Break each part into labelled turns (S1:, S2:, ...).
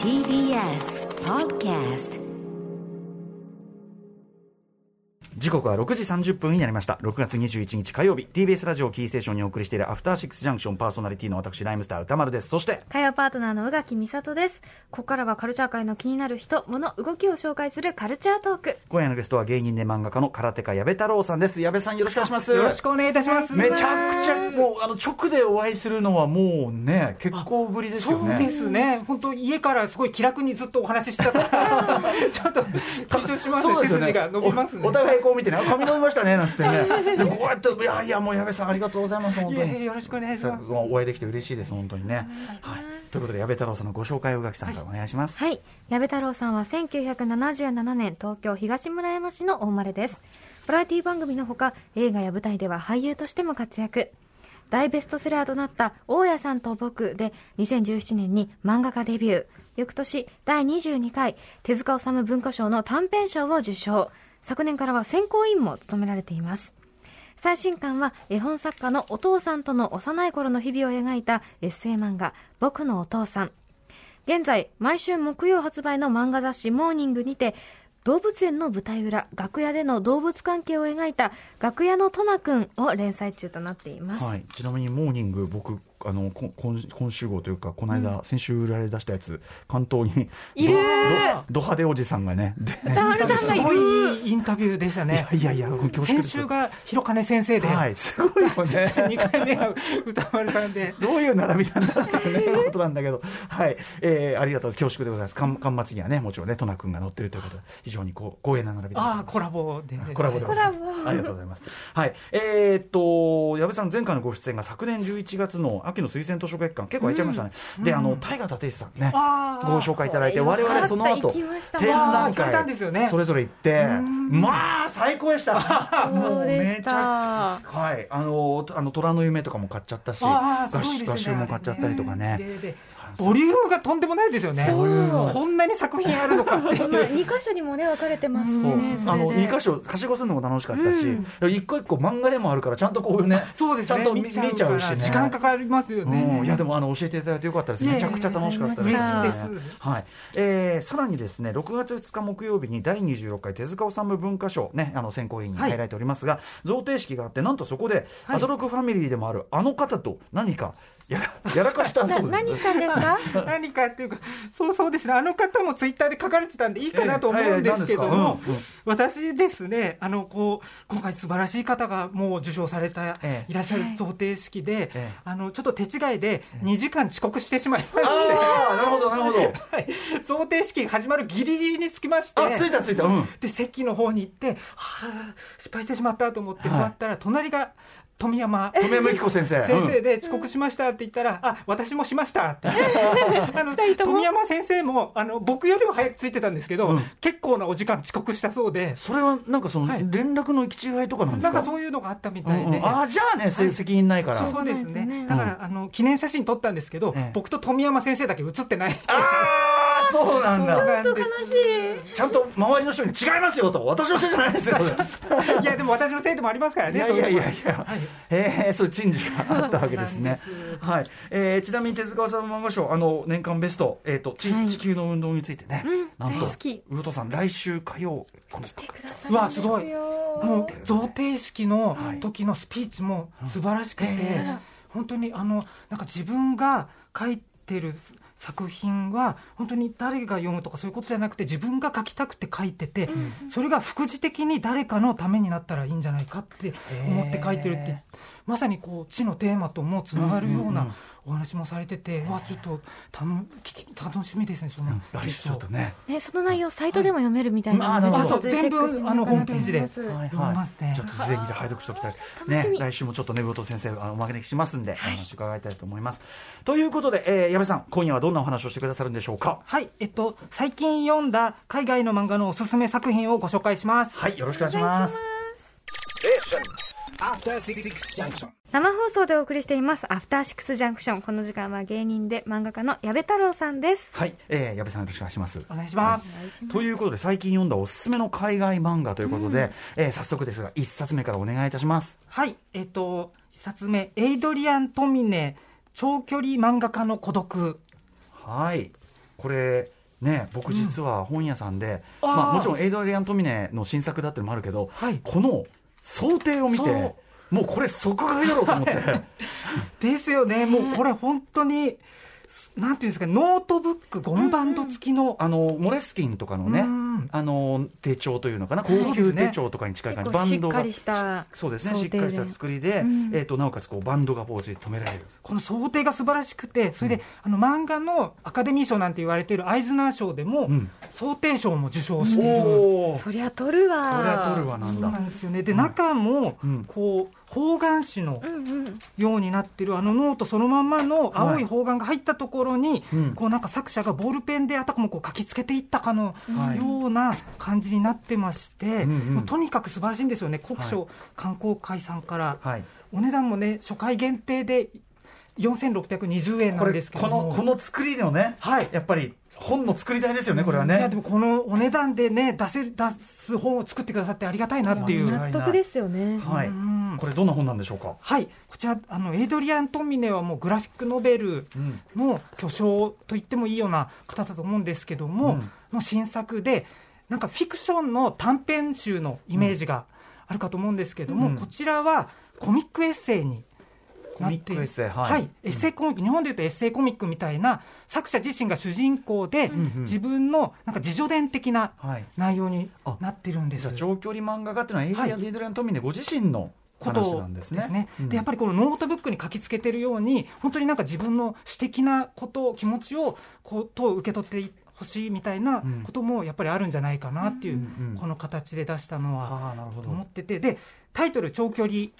S1: TBS Podcast
S2: 時刻は6時30分になりました6月21日火曜日 TBS ラジオキーステーションにお送りしているアフターシックスジャンクションパーソナリティの私ライムスター歌丸ですそして
S3: 火曜パートナーの宇垣美里ですここからはカルチャー界の気になる人物動きを紹介するカルチャートーク
S2: 今夜のゲストは芸人で漫画家の空手家矢部太郎さんです矢部さんよろしくお願いします
S4: よろしくお願いいたします。
S2: めちゃくちゃもうあの直でお会いするのはもうね結構ぶりですよ
S4: そ
S2: ね
S4: うですね。本当家からすごい気楽にずっとお話し してたから、ちょっと緊張しますね。
S2: そうで
S4: 背
S2: すよね
S4: 筋が伸びますね。
S2: おお互いこう見てねあ髪伸びましたねなんつって ねでこうやっていやいやもう矢部さんありがとうございます本
S4: い
S2: 当
S4: えいえ
S2: に
S4: よろしくお願いします。
S2: お会いできて嬉しいです本当にねはいということで矢部太郎さんのご紹介を宇垣さんからお願いします
S3: はい矢部太郎さんは1977年東京東村山市のお生まれですバラエティ番組のほか映画や舞台では俳優としても活躍大ベストセラーとなった「大家さんと僕」で2017年に漫画家デビュー翌年第22回手塚治虫文化賞の短編賞を受賞昨年からは選考委員も務められています最新刊は絵本作家のお父さんとの幼い頃の日々を描いたエッセイ漫画「僕のお父さん」現在毎週木曜発売の漫画雑誌「モーニング」にて動物園の舞台裏楽屋での動物関係を描いた「楽屋のトナくん」を連載中となっています、
S2: はい、ちなみにモーニング、僕、あのこ今今週号というか、この間、先週売られ出したやつ、関東に
S3: いるー
S2: どどド派手おじさんがね、で
S3: 歌丸さん
S4: す
S3: がい
S4: ご
S3: る
S4: いいいインタビューでしたね。
S2: いやいやいや恐縮で
S4: 先
S2: す
S4: 週が広金先生で、
S2: はい、すごいよね。
S4: 2回目が歌丸さんで。
S2: どういう並びなんだっていうねことなんだけど、はい、えーありがとう、恐縮でございます。巻巻末にはね、もちろんね、トナ君が乗ってるということで、非常にこう光栄な並びでございます
S4: ああ、コラボで。
S2: コラボでございます
S3: コラ。ボ
S2: ありがとうございます。はい、えーっと、矢部さん、前回のご出演が昨年11月の秋の推薦図書館、結構空いちゃいましたね。で、あの、大河立石さんね、
S4: あー
S2: ご紹介いただいて、
S3: よか
S2: 我
S3: った
S2: 々その後。
S3: 行きました
S2: 展覧
S4: わー行かれたんですよね
S2: 会、それぞれ行って、まあ、最高で した。
S3: そ
S2: も
S3: う
S2: う
S3: で
S2: め
S3: し
S2: ちゃ
S3: た
S2: くはい、あの、あの、虎の夢とかも買っちゃったし、
S4: ああ、
S2: 合
S4: すご
S2: 宿
S4: いですね。
S2: 合集も買っちゃったりとか
S4: 綺
S2: ね。
S4: 麗でボリュームがとんでもないですよね。
S3: そう
S4: こんなに作品あるのかっていう。
S3: まあ、2箇所にもね分かれてますし
S2: そう
S3: ね、そ
S2: あ
S3: れ
S2: の
S3: で
S2: 2箇所はしごするのも楽しかったし、一個一個漫画でもあるからちゃんとこういうね
S4: そうですね。
S2: ちゃんと見見ちゃうしね
S4: 時間かかりますよね。
S2: うん、いやでもあの教えていただいてよかったです
S4: いえい
S2: め
S4: え
S2: ちゃくちゃ楽しかった
S3: 嬉しいです
S2: はいえーさらにですね6月2日木曜日に第26回手塚治虫文化賞、ね、あの選考委員に
S4: はい
S2: 入られておりますが、贈呈式があってなんとそこで、
S4: はい
S2: アトロクファミリーでもあるあの方と何かやらやらかした
S3: な
S2: そうで
S3: 何
S2: す
S3: したんですか
S4: 何かっていうか、そうそうですね、あの方もツイッターで書かれてたんでいいかなと思うんですけども
S2: ええええ何で、
S4: 私ですね、あのこう今回、素晴らしい方がもう受賞された、
S2: ええ
S4: いらっしゃる贈呈式で、
S2: ええ
S4: あのちょっと手違いで、2時間遅刻してしまいまして、
S2: ああなるほどなるほ ど
S4: はい贈呈式が始まるギリギリにつきまして。
S2: あついたついたうん
S4: で席の方に行って、はあ、失敗してしまったと思って
S2: はい
S4: 座ったら、隣が富山
S2: 富山由紀子先生
S4: 先
S2: うん
S4: 生で遅刻しましたって言ったら、あ私もしました って、あの
S3: 人とも
S4: 富山先生もあの僕よりも早く着いてたんですけど、
S2: うん
S4: 結構なお時間遅刻したそうで、
S2: それはなんかその、
S4: はい
S2: 連絡の行き違いとかなんです
S4: な
S2: か
S4: んかそういうのがあったみ
S2: う
S4: たい
S2: んう
S4: で。
S2: んああじゃあね、せ 責任ないから
S4: そうそうです
S3: そうなんですね
S4: ね、だから、あの記念写真撮ったんですけど、
S2: ええ
S4: 僕と富山先生だけ写ってない、
S2: ああそうなん だ
S3: 本
S4: な
S3: 当
S4: ん
S3: 悲
S4: です
S3: しい
S2: ちゃんと周りの人に違いますよと、私のせいじゃない ですよ。
S4: いや、でも私のせいでもありますから
S2: い
S4: ね、
S2: やいやいやい
S4: そううの
S2: や
S4: ははい、
S2: えー、そういう珍事があったわけですね
S4: そうなんで。
S2: はい、えー、ちなみに手塚治虫漫画賞、あの年間ベスト、えっ、と、ち、
S3: はい
S2: 地球の運動についてね。
S3: うん
S2: なんと
S3: 大好き、
S2: ウルトさん、来週火曜。この
S3: 来てくださ
S4: うわすごい
S3: るんですよ
S4: もう贈呈式の時のスピーチも素晴らしくて、本当にあのなんか自分が書いてる作品は本当に誰が読むとかそういうことじゃなくて自分が書きたくて書いてて、それが副次的に誰かのためになったらいいんじゃないかって思って書いてるっ
S2: へー
S4: てまさにこう地のテーマともつながるようなお話もされてて、うわちょっとたの聞き楽しみですねその、
S2: 来週ちょっとね。
S3: ね、その内容サイトでも読めるみたいな
S2: ま
S3: ので、
S2: あ
S3: ちょっと
S4: なるほど
S3: チェックしてみよう
S4: 全部あの
S3: かなと
S4: ホームページで
S3: 思います
S2: はい
S4: 読みますね
S2: ちょっとぜひじゃあ拝読しておきたい。
S3: 楽しみ
S2: 来週もちょっとね、ウルト先生、あの、お招きしますんで、お話伺いたいと思います。ということで、えー、矢部さん、今夜はどんなお話をしてくださるんでしょうか。
S4: はいえっと最近読んだ海外の漫画のおすすめ作品をご紹介します。
S2: はい、よろしくお願いします。
S5: After Six Junction.
S3: 生放送でお送りしています「アフターシックスジャンクション」この時間は芸人で漫画家の矢部太郎さんです
S2: はい、えー、矢部さんよろしくお願いします。
S4: お願いします。
S2: ということで最近読んだおすすめの海外漫画ということで、えー早速ですが一冊目からお願いいたします。
S4: はい、えっ、と、一冊目、エイドリアン・トミネ、長距離漫画家の孤独。
S2: はいこれね、僕実は本屋さんで、
S4: うん
S2: ま
S4: あ
S2: あ、
S4: ー
S2: もちろんエイドリアン・トミネの新作だってのもあるけど、
S4: はい
S2: この想定を見
S4: そう
S2: てもうこれ即買いだろうと思って、
S4: ですよね、もうこれ、本当に、なんていうんですか、ノートブック、ゴムバンド付きの、
S2: あのモレスキンとかのね、
S4: うん
S2: あの手帳というのかな
S4: はい
S2: 高級手帳とかに近い感じ、
S3: 結構
S2: バンド
S3: しっか
S2: が
S3: りした
S2: そうですね
S3: 想
S2: しっ
S3: 定で
S2: かりした作りで、
S3: うん
S2: えー、となおかつこうバンドがポーチで止められる
S4: この想定が素晴らしくて、それで、あの漫画のアカデミー賞なんて言われているアイズナー賞でも、
S2: うん
S4: 想定賞も受賞している。
S2: おーそ
S3: そりゃ取るわ
S2: りゃ取るわなん
S4: そうな
S2: だ
S4: んですよねで中も
S2: うん
S4: こう方眼紙の
S3: うんうん
S4: ようになってるあのノートそのまんまの青い方眼が入ったところに
S2: うん
S4: こうなんか作者がボールペンであたかもこう書きつけていったかの
S2: はい
S4: ような感じになってまして
S2: うんうん
S4: もうとにかく素晴らしいんですよね国
S2: は
S4: 書観光会さんから
S2: はい
S4: お値段もね初回限定で4620円
S2: こ
S4: なん
S2: れ
S4: ですけ
S2: こ
S4: ど
S2: の
S4: も
S2: この作りのね
S4: はい
S2: やっぱり本の作り代ですよねこれはい
S4: や
S2: ね
S4: でもこのお値段でね出せる出す本を作ってくださってありがたいなっていう
S2: いや
S3: 納得ですよね
S2: はい
S4: うん
S2: これどんな本なんでしょうか、
S4: はい、こちらあのエイドリアン・トミネはもうグラフィックノベル
S2: うん
S4: の巨匠と言ってもいいような方だと思うんですけども、
S2: うん
S4: の新作でなんかフィクションの短編集のイメージがあるかと思うんですけど
S2: う
S4: も、
S2: ん
S4: こちらはコミックエッセイに
S2: コ
S4: なっ
S2: ミ
S4: ている
S2: ックエッセイ
S4: はい、エッセイコミック、日本でいうとエッセイコミックみたいな作者自身が主人公で、
S2: んうん
S4: 自分のなんか自叙伝的な
S2: はい
S4: 内容になってるんです
S2: じゃあ長距離漫画家っていうのはエイリ
S4: はい
S2: アン・ディドリアン・トミネご自身の話なんですねうん
S4: でやっぱりこのノートブックに書きつけてるように、本当になんか自分の私的なこと、気持ちをことを受け取ってほしいみたい
S2: う
S4: な
S2: ん
S4: こともやっぱりあるんじゃないかなってい
S2: う
S4: う、
S2: んうん
S4: この形で出したのは
S2: ああなるほ
S4: と
S2: ど
S4: 思ってて、でタイトル、長距離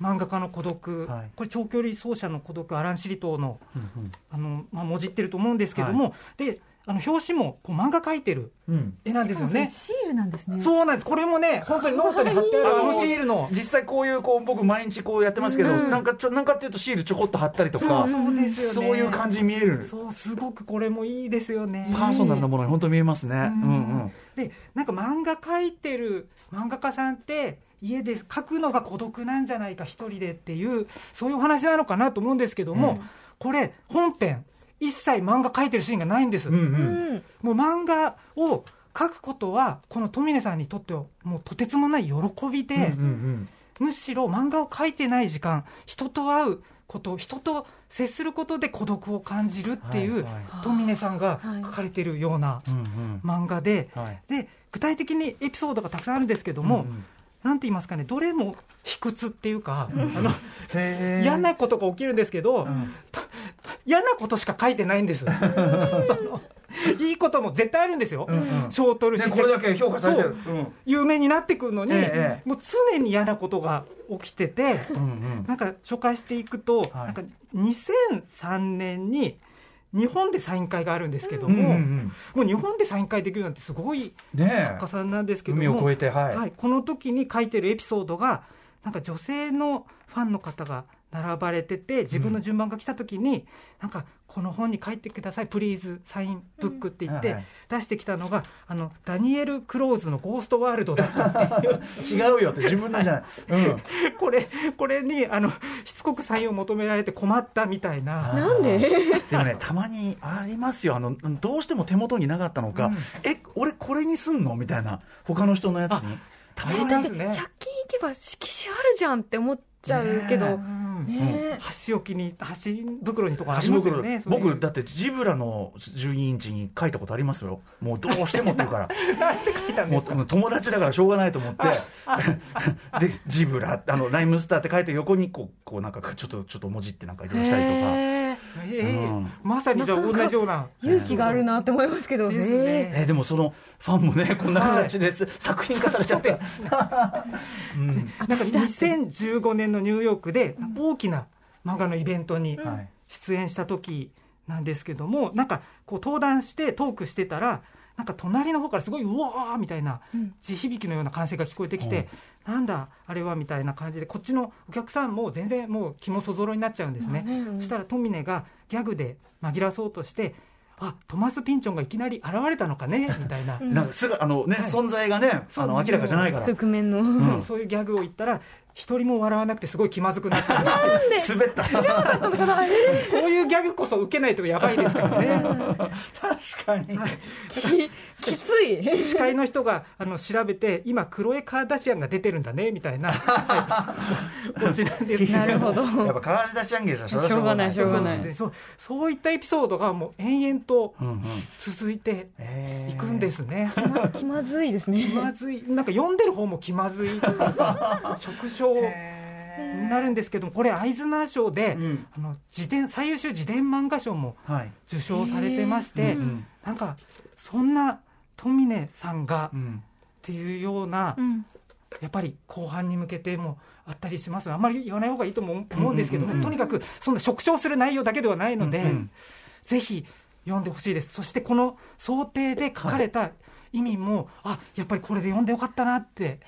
S4: 漫画家の孤独、
S2: はい
S4: これ、長距離奏者の孤独、アラン・シリトーの
S2: うん
S4: あの、まあ、もじってると思うんですけども、であの表紙もこう漫画描いてる
S2: うんうん
S4: 絵なんですよね。
S3: シールなんですね
S4: そうなんですこれもね、本当にノートに貼ってあるあのシールの
S2: 実際こういうこう僕毎日こうやってますけど、
S3: うん
S2: なんかちょなんかっていうとシールちょこっと貼ったりとか
S3: そ
S4: そうですよね。
S2: そういう感じに見える
S4: そうすごくこれもいいですよね。
S2: パーソナルなものに本当に見えますね、うん
S4: ん
S2: うん
S4: でなんか漫画描いてる漫画家さんって家で描くのが孤独なんじゃないか一人でっていうそういうお話なのかなと思うんですけども、これ本編一切漫画描いてるシーンがないんです。
S2: うん
S3: う
S2: うん
S3: ん
S4: もう漫画を描くことはこの富根さんにとってはもうとてつもない喜びで、
S2: うんうん
S4: むしろ漫画を描いてない時間人と会うこと人と接することで孤独を感じるっていう、
S2: はいはい
S4: 富根さんが
S3: はい
S4: 書かれてるような
S2: うんうん
S4: 漫画で,、
S2: はい
S4: で具体的にエピソードがたくさんあるんですけども、
S2: うんうん
S4: なんて言いますかねどれも卑屈っていうか、あの
S2: へー
S4: 嫌なことが起きるんですけど、
S2: うん
S4: 嫌なことしか書いてないんです そのいいことも絶対あるんですよ、
S2: うんうん
S4: 賞を取る
S2: ね
S4: し、
S2: これだけ評価されてる
S4: そう
S2: うん
S4: 有名になってくるのに、
S2: ええ
S4: もう常に嫌なことが起きてて。
S2: うん
S4: なんか紹介していくと、
S2: はい
S4: なんか2003年に日本でサイン会があるんですけど
S2: うんうん
S4: も、
S2: うん
S4: もう日本でサイン会できるなんてすごい
S2: うんね
S4: 作家さんなんですけども、
S2: 海を越えてはい、
S4: はい、この時に書いてるエピソードがなんか女性のファンの方が並ばれてて自分の順番が来た時に、なんかこの本に書いてくださいプリーズサインブックって言っ
S2: うん
S4: て
S2: はい
S4: 出してきたのがあのダニエル・クローズの「ゴーストワールド」だったっていう。
S2: 違うよって自分のじゃ ない、うん
S4: これ、これに、あの、しつこくサインを求められて困ったみたいな。
S3: なんで
S2: でもね、たまにありますよ、あのどうしても手元になかったのか、え、俺、これにすんのみたいな、他の人のやつに、たま
S4: あ
S2: に
S4: り
S3: だ
S4: ま
S3: って
S4: す
S3: 100
S4: ね
S3: 均行けば色紙あるじゃんって思っちゃうけど
S4: う
S3: ね
S4: ん
S3: え
S4: 箸置きに、箸袋にとかあり
S2: 足
S4: ますよ
S2: 袋、
S4: ね。そういう
S2: 僕、だってジブラの12インチに書いたことありますよ、もうどうしてもって言う から、
S4: 書いたんで
S2: も
S4: すか
S2: う友達だからしょうがないと思って、 で、ジブラ、あのライムスターって書いて、横にこう、こうなんかちょっと、ちょっと文字ってなんか移動したりとか。
S3: へえ
S4: ええ
S2: うん
S4: まさにじゃあ同じような。
S3: 勇気があるなって思いますけど
S4: です
S3: ね
S4: ね。
S2: えでもそのファンも ねこんな形です、作品化されちゃって、うん
S4: なんか
S3: 私だって
S4: 2015年のニューヨークで大きな漫画のイベントに
S2: はい
S4: 出演した時なんですけども、なんかこう登壇してトークしてたらなんか隣の方からすごいうわーみたいな
S3: うん
S4: 地響きのような歓声が聞こえてきて、なんだあれはみたいな感じでこっちのお客さんも全然もう気もそぞろになっちゃうんですね、
S3: まあねうん
S4: そしたら富根がギャグで紛らわそうとしてあトマス・ピンチョンがいきなり現れたのか ねみたいな、
S3: うん
S2: なんかすぐあのね、
S4: はい
S2: 存在がね、
S4: そう
S2: あの明らかじゃないから。
S3: 覆面の
S2: ん
S4: そういうギャグを言ったら一人も笑わなくてすごい気まずくなったんです
S2: 滑った。
S4: こういうギャグこそ受けないとやばいですからね。
S2: 確かに。
S3: ききつい
S4: 司会の人があの調べて、今、クロエ・カーダシアンが出てるんだねみたい な、はいオチなんですけ
S3: なるほど
S2: やっぱ川地出しアンゲーじゃそれはしょうがない。
S3: しょうがないしょうがない
S4: そうそうそういったエピソードがもう延々と
S2: うんうん。
S4: 続いて
S2: えー
S4: いくんですね。
S3: ま気まずいですね
S4: 気まずい、なんか読んでる方も気まずい、 食傷
S2: へ
S4: になるんですけども、これ、アイズナー賞で、
S2: ーうん。
S4: あの自伝最優秀自伝漫画賞も
S2: はい。
S4: 受賞されてまして、
S3: へーうん
S4: なんかそんな富峰さんが
S2: う
S4: っ
S2: ん。
S4: ていうような、
S3: うん
S4: やっぱり後半に向けてもあったりしますあんまり言わない方がいいとも思うんですけど、
S2: うんうんうんうん
S4: とにかくそんな触傷する内容だけではないので、
S2: うんうん
S4: ぜひ読んでほしいですそしてこの想定で書かれた意味も、あやっぱりこれで読んでよかったなって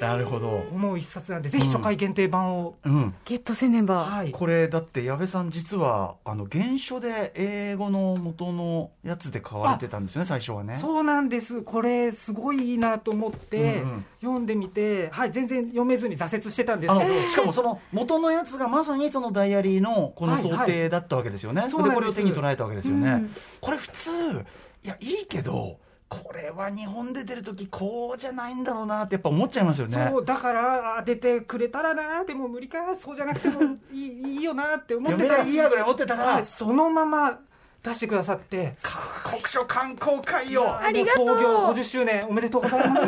S2: なるほど。
S4: 思う一冊なんで、ぜひ初回限定版を、
S2: うん。
S3: ゲットせねば
S4: はい、
S2: これだって矢部さん実はあの原書で英語の元のやつで買われてたんですよね最初はね。
S4: そうなんです、これ、すごいいいなと思って、
S2: うんうん
S4: 読んでみて、はい、全然読めずに挫折してたんです
S2: あ
S4: けど、
S2: のしかもその元のやつがまさにそのダイアリーのこの
S4: はい
S2: 想定だったわけですよね、
S4: そう
S2: で
S4: なんです
S2: これを手に取られたわけですよね、
S3: うん
S2: これ普通いやいいけどこれは日本で出る時こうじゃないんだろうなってやっぱ思っちゃいますよね
S4: そうだから、あ出てくれたらな、でも無理か、そうじゃなくてもいいいいよなって思っ
S2: 読
S4: て
S2: め
S4: た
S2: な
S4: ら
S2: いいやぐらい持ってた
S4: は
S2: ら
S4: いそのまま出してくださって、
S2: 国書観光会よ
S4: あの
S3: ありがとう
S4: 創業50周年、おめでとうござい ま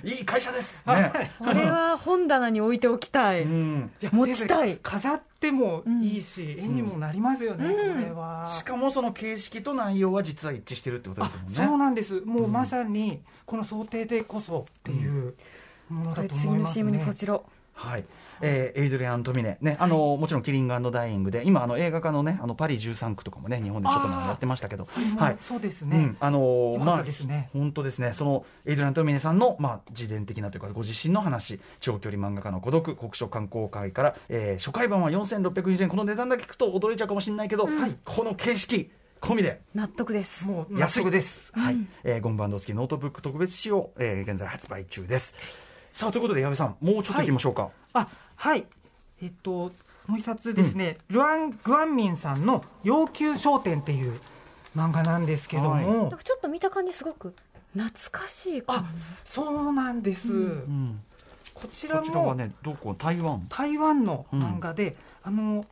S4: す。
S2: いい会社です、
S4: はい
S2: ね
S3: これは本棚に置いておきたい、
S2: うん、
S4: いや
S3: 持ちたい
S4: です飾ってもいいし、絵にもなりますよね、
S3: うん
S4: これは。
S2: しかもその形式と内容は実は一致してるってことですもんね
S4: そうなんですもうまさにこの想定でこそっていうもの
S3: こ
S4: だ
S3: れ
S4: と
S3: 次
S4: 思い
S3: の
S4: ます
S3: CM にこ
S4: ね
S3: ちら
S2: はいえーエイドリアン・トミネ、ねあのもちろんキリングダイイングで、今、あの映画化の,、ね、あのパリ13区とかもね、日本でちょっと前やってましたけど、は
S4: はいい、そうです
S2: う
S4: ね
S2: ん、あのー
S4: よかったですね
S2: まあ、本当ですね、そのエイドリアン・トミネさんの、まあ、自伝的なというか、ご自身の話、長距離漫画家の孤独、国書観光会から、えー初回版は4620円、この値段だけ聞くと驚いちゃうかもしれないけど、はいこの形式込みで。
S3: 納得です
S4: もう納
S2: 安い
S4: 得です
S2: はい、えーゴムバンド付きノートブック特別仕様、えー現在発売中です。さあということで矢部さん、もうちょっといきましょうか。
S4: あはいえっともう一冊ですね、ルアン・グアンミンさんの「要求商店」っていう漫画なんですけども、
S3: なんかちょっと見た感じすごく懐かしい
S4: あそうなんです、
S2: うん、
S4: こちら
S2: こちらは
S4: も
S2: ね、どこ台湾。
S4: 台湾の漫画で、あの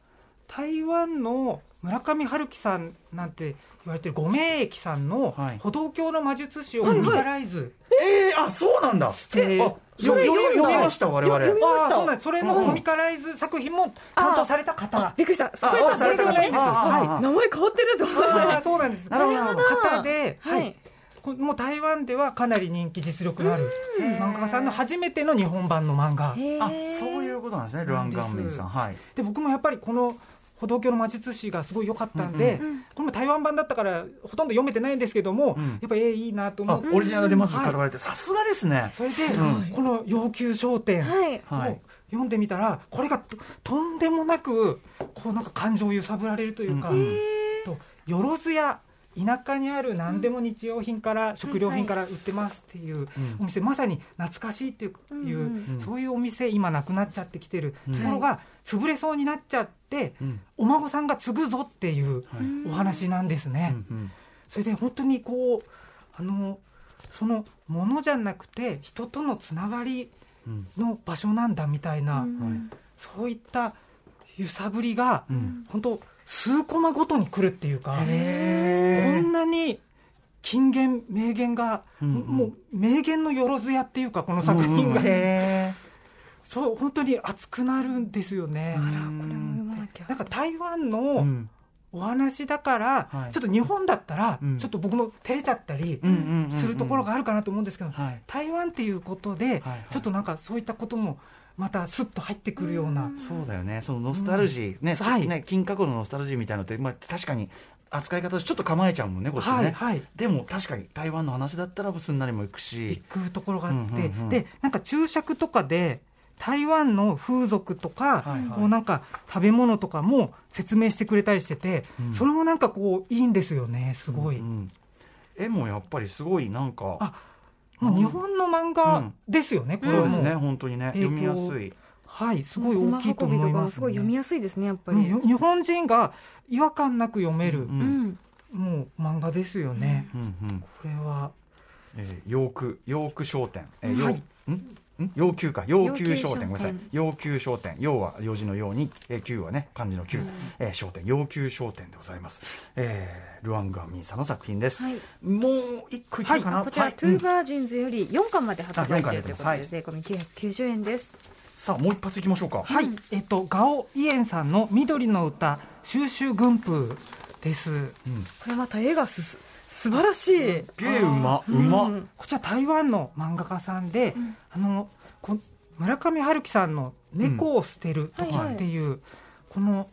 S4: 台湾の村上春樹さんなんて言われてる五名駅さんの
S2: はい
S4: 歩道橋の魔術師をリカライズ、
S2: ええあそうなんだ。
S4: え
S2: あ
S3: それ
S2: よよ
S3: 読んだ
S2: 読みました我々。
S3: よ読みました
S4: あーそうなんですそれのコミカライズ作品も担当された方
S3: あびっくりした
S2: あ
S3: これ
S2: あされた方
S3: ね
S2: です。
S4: はい
S2: あああ
S3: 名前変わってると思って
S4: あー そうなんです
S2: なるほどなるほ
S3: ど
S4: 方で、
S3: は
S4: はいい、こもう台湾ではかなり人気実力のある漫画家さんの初めての日本版の漫画
S3: へ
S2: あ
S3: ー
S2: そういうことなんですね。ルアンガンミンさん、はい。
S4: で僕もやっぱりこの歩道橋の魔術師がすごい良かったんで、
S3: うんうん
S4: これも台湾版だったからほとんど読めてないんですけども、
S2: うん
S4: やっぱ絵いいなと思
S2: あ
S4: って、
S2: オリジナルでまず
S4: はい
S2: 語られて、さすがですね。
S4: それで、
S2: うん
S4: この「要求商店」
S3: はい
S2: はい
S4: を読んでみたらこれがととんでもなくこうなんか感情を揺さぶられるというか、
S2: うんうんへ
S4: とよろずや田舎にある何でも日用品から、食料品から売ってますっていう
S2: うん
S4: お店、まさに懐かしいっていう,、
S3: うん
S2: うん
S4: そういうお店今なくなっちゃってきてる
S2: うん
S4: ところが潰れそうになっちゃって、
S2: うん
S4: お孫さんが継ぐぞっていう
S2: はい
S3: ん
S4: お話なんですね。
S2: うんうん
S4: それで本当にこうあのそのものじゃなくて人とのつながり
S2: うん
S4: の場所なんだみたいな、
S3: うん
S4: そういった揺さぶりが、
S2: うん
S4: 本当数コマごとに来るっていうか、
S2: へ
S4: こん
S2: ー
S4: なに金言名言が、
S2: うんうん
S4: もう名言のよろずやっていうかこの作品が、
S2: うんへー
S4: そう本当に熱くなるんですよね。
S2: うん
S3: あこれも読まなきゃ
S4: なんか台湾
S2: う
S4: の
S2: ん
S4: お話だから、
S2: はい
S4: ちょっと日本だったら、
S2: うん
S4: ちょっと僕も照れちゃったり
S2: うんうんうんうん
S4: するところがあるかなと思うんですけど、
S2: はい。
S4: 台湾っていうことで、
S2: はい
S4: ちょっとなんかそういったこともまたスッと入ってくるような、
S2: そうだよね、そのノスタルジー、ね、
S4: はい
S2: ね、金過去のノスタルジーみたいなのって、まあ、確かに。扱い方としてちょっと構えちゃうもんね、こっちね。
S4: はいはい
S2: でも、確かに台湾の話だったら、すんなりも行く
S4: 行
S2: し。
S4: くところがあって、
S2: うんうんうん
S4: でなんか注釈とかで台湾の風俗と
S2: は
S4: か、
S2: いはい
S4: こうなんか食べ物とかも説明してくれたりしてて、
S2: うん
S4: それもなんかこういいんですよねすごい、
S2: うんうん絵もやっぱりすごい、なんか。
S4: あもう日本の漫画ですよね、これ
S2: そう
S4: は
S2: です
S4: もう、
S2: ね、本当にね、
S4: えー
S2: 読みやすい。
S4: はいすごい大きいと思います、ね、
S3: すごい読みやすいですねやっぱ
S4: う
S3: り、
S4: んよ日本人が違和感なく読める、
S2: うん
S3: うん
S4: もう漫画ですよね、
S2: うんうん
S4: これは
S2: えー、ヨークヨーク商店、えー、よう
S4: はい
S2: んん要求か要求商店ごめん
S3: 要求商店
S2: なさい要求商店要は用字のように、えー、求はね漢字の求、えー商店要求商店でございます、えー、ルアンガーミンさんの作品です、
S3: はい
S2: もう一個いけるかな、
S3: あこちら、トゥーバージンズより4巻まで発売
S2: あ四巻
S3: 中
S2: 出
S3: と
S2: てます
S3: いうこと
S2: は
S3: で
S2: い
S3: 税込み990円です
S2: さあもう一発いきましょうか
S4: はい、えっとガオイエンさんの緑の歌収集軍風です
S2: うん、
S3: これまた絵がすす素晴らしい
S2: ゲーうまうま、
S3: うん
S4: こちら台湾の漫画家さんで、あのこ村上春樹さんの「猫を捨てる時」
S2: はいはい
S4: っていう、この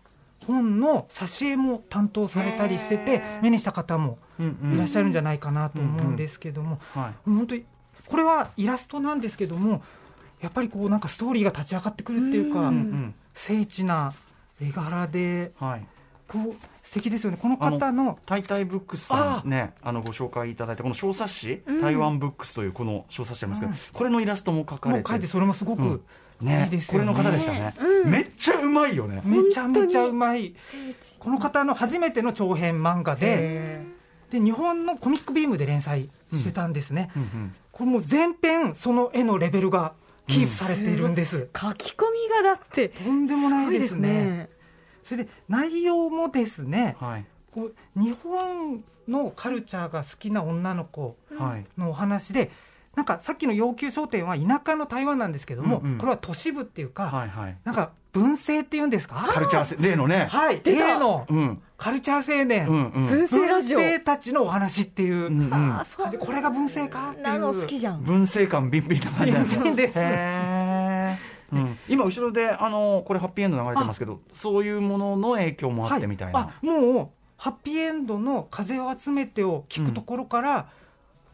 S4: 本の挿絵も担当されたりしてて目にした方も
S2: うんう
S4: い
S2: ん
S4: らっしゃるんじゃないかなと思うんですけども、
S2: はい
S4: 本当にこれはイラストなんですけどもやっぱりこうなんかストーリーが立ち上がってくるっていうか、
S3: う
S2: うんん
S4: 精緻な絵柄で
S2: うんはい
S4: こう素敵ですよねこの方
S2: あ
S4: の
S2: タイタイブックスさんねあのご紹介いただいたこの小冊子、
S3: うん
S2: 台湾ブックスというこの小冊子ありますけど、
S4: うん
S2: これのイラストも描か
S4: も
S2: れ
S4: う
S2: て
S4: 書いてそれもすごく
S2: ね
S4: いいです
S2: こ
S4: よ
S2: れ
S4: ね
S2: の方でしたね、
S3: うん
S2: めっちゃうまいよね、
S4: めちゃめちゃうまいこの方の初めての長編漫画でで日本のコミックビームで連載してたんですね、
S2: うんうん
S4: これもう全編その絵のレベルがキープされているんです、
S3: 書き込みがだって
S4: とんでもないですね
S3: す
S4: それで内容もですね
S2: はい、
S4: こう日本のカルチャーが好きな女の子
S2: はい
S4: のお話でなんかさっきの要求商店は田舎の台湾なんですけども、
S2: うんうん
S4: これは都市部っていうか、
S2: はいはい
S4: なんか文政っていうんです
S2: カ
S4: か
S2: ルチャーせ例のね、
S4: はい
S3: 出た
S4: 例の
S2: うん
S4: カルチャー青年、
S2: うんうん
S3: ごい文政ラジオ
S4: 文政たちのお話っていう、
S2: うんうん
S3: あーそう
S4: でこれが文政かっていう
S3: なの好きじゃん
S2: 文政感ビンビンな感じなんです
S4: ビンビンです
S2: へーうん今後ろであのこれハッピーエンド流れてますけどそういうものの影響もあってみたいな、
S4: あもうハッピーエンドの「風を集めて」を聞くところから、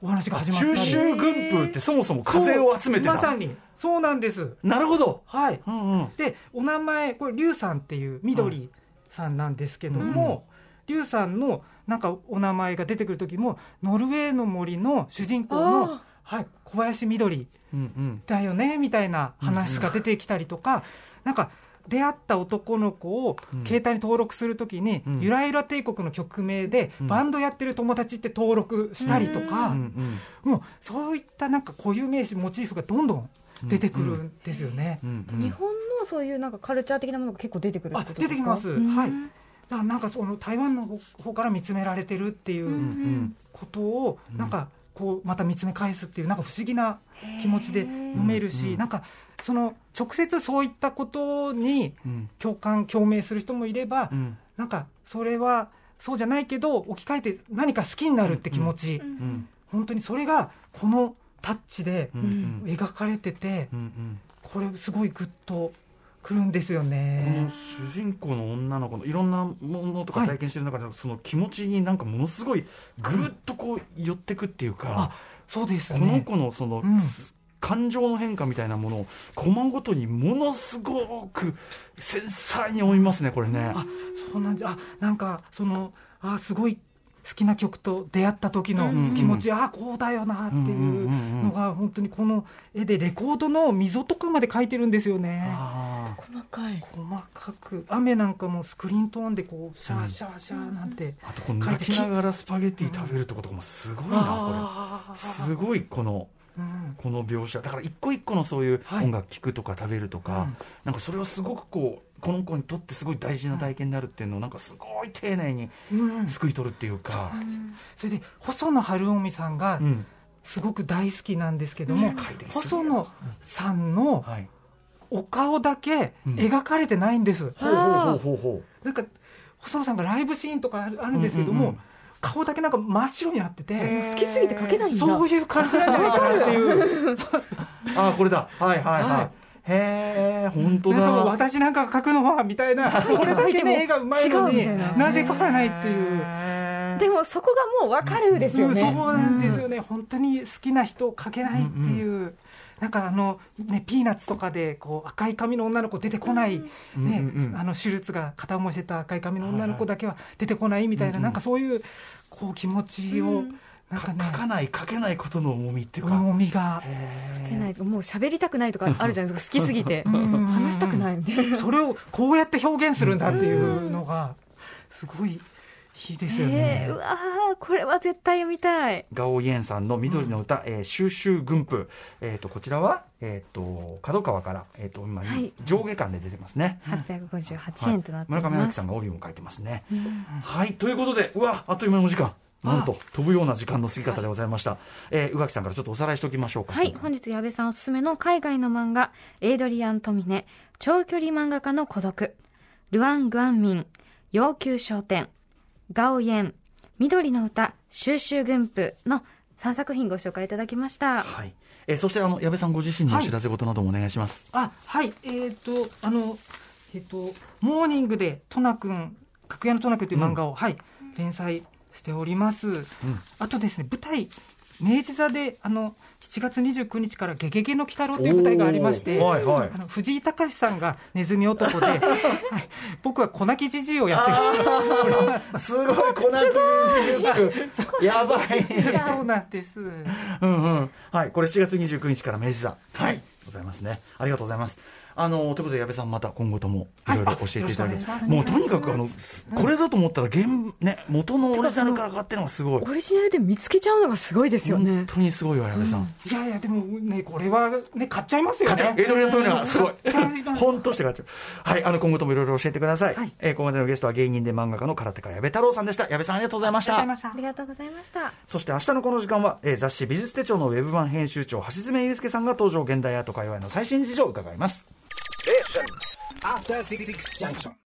S4: お話が始まった
S2: 中
S4: り
S2: 秋群風ってそもそも風を集めてた
S4: まさにそうなんです
S2: なるほど、
S4: はい
S2: うんうん、
S4: でお名前これ龍さんっていう緑さんなんですけども、龍さんのなんかお名前が出てくる時も「ノルウェーの森」の主人公の
S3: あ、
S4: はい、小林緑
S2: うんうん
S4: だよねみたいな話が出てきたりとか、なんか出会った男の子を
S2: うん
S4: 携帯に登録するときに、
S2: うん
S4: ゆらゆら帝国の曲名で
S2: うん
S4: バンドやってる友達って登録したりと
S2: う
S4: か、
S2: んうん
S4: もうそういったなんか固有名詞モチーフがどんどん出てくるんですよね。
S2: うんうん
S3: 日本のそういうなんかカルチャー的なものが結構出てくるってことですか
S4: あ出てきます
S3: うん
S4: はいだからなんかその台湾の方方から見つめられてるっていううんことを
S2: うん
S4: なんかこうまた見つめ返すっていうなんか不思議な気持ちで読める
S2: へ
S4: し、
S2: ー
S4: なんかその直接そういったことに
S2: うん
S4: 共感共鳴する人もいれば、
S2: うん
S4: なんかそれはそうじゃないけど置き換えて何か好きになるって気持ち、
S2: うん
S4: 本当にそれがこのタッチで
S2: うんうん
S4: 描かれてて、
S2: うんうん
S4: これすごいグッとくるんですよ
S2: こ
S4: ね
S2: の。主人公の女の子のいろんなものとか
S4: はい
S2: 体験してる中で、その気持ちになんかものすごいぐっとこう寄ってくっていう
S4: あ
S2: か、
S4: そうです
S2: この
S4: ね。
S2: 子のその、
S4: うん
S2: す感情の変化みたいなものをコマごとにものすごく繊細に追いますねこれね。
S4: あ、そうなんじゃ、あ、なんかそのあすごい好きな曲と出会った時の気持ち、あこうだよなってい
S2: ん
S4: う
S2: う
S4: うん
S2: うん
S4: のが本当にこの絵でレコードの溝とかまで描いてるんですよね。
S2: あー
S3: 細かい
S4: 細かく雨なんかもスクリーントーンでこうシャーシャーシャーなんて、
S2: あとこの泣きながらスパゲティ食べるとことかもすごいなこ
S4: あ
S2: れ
S4: ー
S2: すごいこの
S4: うん
S2: この描写だから一個一個のそういう
S4: はい
S2: 音楽聴くとか食べるとか、
S4: うん
S2: なんかそれをすごくこうこの子にとってすごい大事な体験になるっていうのをなんかすごい丁寧に
S4: うん
S2: すくい取るっていうか、
S4: それで細野晴臣さんが
S2: うん
S4: すごく大好きなんですけども、
S2: 世界的すぎ
S4: 細
S2: る
S4: 野さんの
S2: はい、
S4: お顔だけ
S2: うん
S4: 描かれてないんです、
S2: ほうほうほうほうほ
S4: なんか細野さんがライブシーンとかあるあるんですけど
S2: うん
S4: も、
S2: うんうん
S4: 顔だけなんか真っ白になってて、
S2: へ
S3: 好きすぎて書けないんだ
S4: そういう感じなんじゃないかなっていう、
S2: うああこれだはいはいはい、
S4: は
S2: へえ本当
S4: なんかも
S2: だ
S4: う私なんかが描くのはみたいな、これだけね、絵がうまいの
S3: 違
S4: に
S3: うんだよね
S4: なぜ描かないっていう。
S2: へー
S3: でもそこがもう分かるですよね、
S4: うんそうなんですよね、本当に好きな人を描けないっていう、なんかあの、ね、ピーナッツとかでこう赤い髪の女の子出てこない、ね
S2: うんうんうん
S4: あの手術が片思いしてた赤い髪の女の子だけは出てこないみたいな、なんかそういうこう気持ちをなんか
S2: か
S4: ね
S2: 書かない書けないことの重みっていうか、
S4: 重みが
S3: 書けないもう喋りたくないとかあるじゃないですか好きすぎて話
S4: 話
S3: したくないみたいな
S4: それをこうやって表現するんだっていうのがすごいいいですよね。
S3: えーうわーこれは絶対読みたい
S2: ガオイエンさんの緑の歌、えー、収集軍譜、えー、とこちらは、えー、と角川から、えー、と今、
S3: はい
S2: 上下巻で出てますね。
S3: 858円となってい
S2: はい、村上春
S3: ま
S2: 樹
S3: す、
S2: さんが帯も書いてますね。
S3: うん
S2: はいということでうわあっという間のお時間なん
S4: あ
S2: と飛ぶような時間の過ぎ方でございました、えー宇垣さんからちょっとおさらいしておきましょうか。
S3: はい、本日矢部さんおすすめの海外の漫画、エイドリアン・トミネ、長距離漫画家の孤独、ルアン・グアンミン、要求商店、ガオイエン、緑の歌、収集軍譜の3作品ご紹介いただきました。
S2: はいえーそしてあの矢部さんご自身のお知らせ事などもお願いします。
S4: あはいえっ、とあのえっ、とモーニングでトナくん格屋のトナくんという漫画を、はい連載しております。あとですね舞台明治座であの7月29日から「ゲゲゲの鬼太郎」という舞台がありまして、
S2: おーはいはい
S4: あの藤井隆さんがネズミ男で、 はい、僕は小泣きじじいをやってる
S2: すごい粉木塾やばい
S4: そうなんです。
S2: うんうんはいこれ7月29日から明治座はいございますねありがとうございますあのということで矢部さんまた今後ともいろいろ教えていただいて、
S4: はいあ
S2: もうとにかくあのすこれだと思ったら原、ね、元のオリジナルから買ってるのがすごい
S3: オリジナルで見つけちゃうのがすごいですよ
S2: 本
S3: ね。
S2: 当にすごいわ矢部さん、
S4: いやいやでもねこれはね買っちゃいますよ
S2: ガチャエ
S4: ね。
S2: イドリアン・トイレが すごい
S4: ガチャ。
S2: 本としてガチャ。はい、あの、今後ともいろいろ教えてください。
S4: はい
S2: えーここまでのゲストは芸人で漫画家の空手家矢部太郎さんでした。矢部さんありがとうございました。
S4: した
S3: ありがとうございました。
S2: そして明日のこの時間は、えー雑誌美術手帳のウェブ版編集長、橋爪祐介さんが登場、現代アート界隈の最新事情を伺います。
S5: After Six Junction.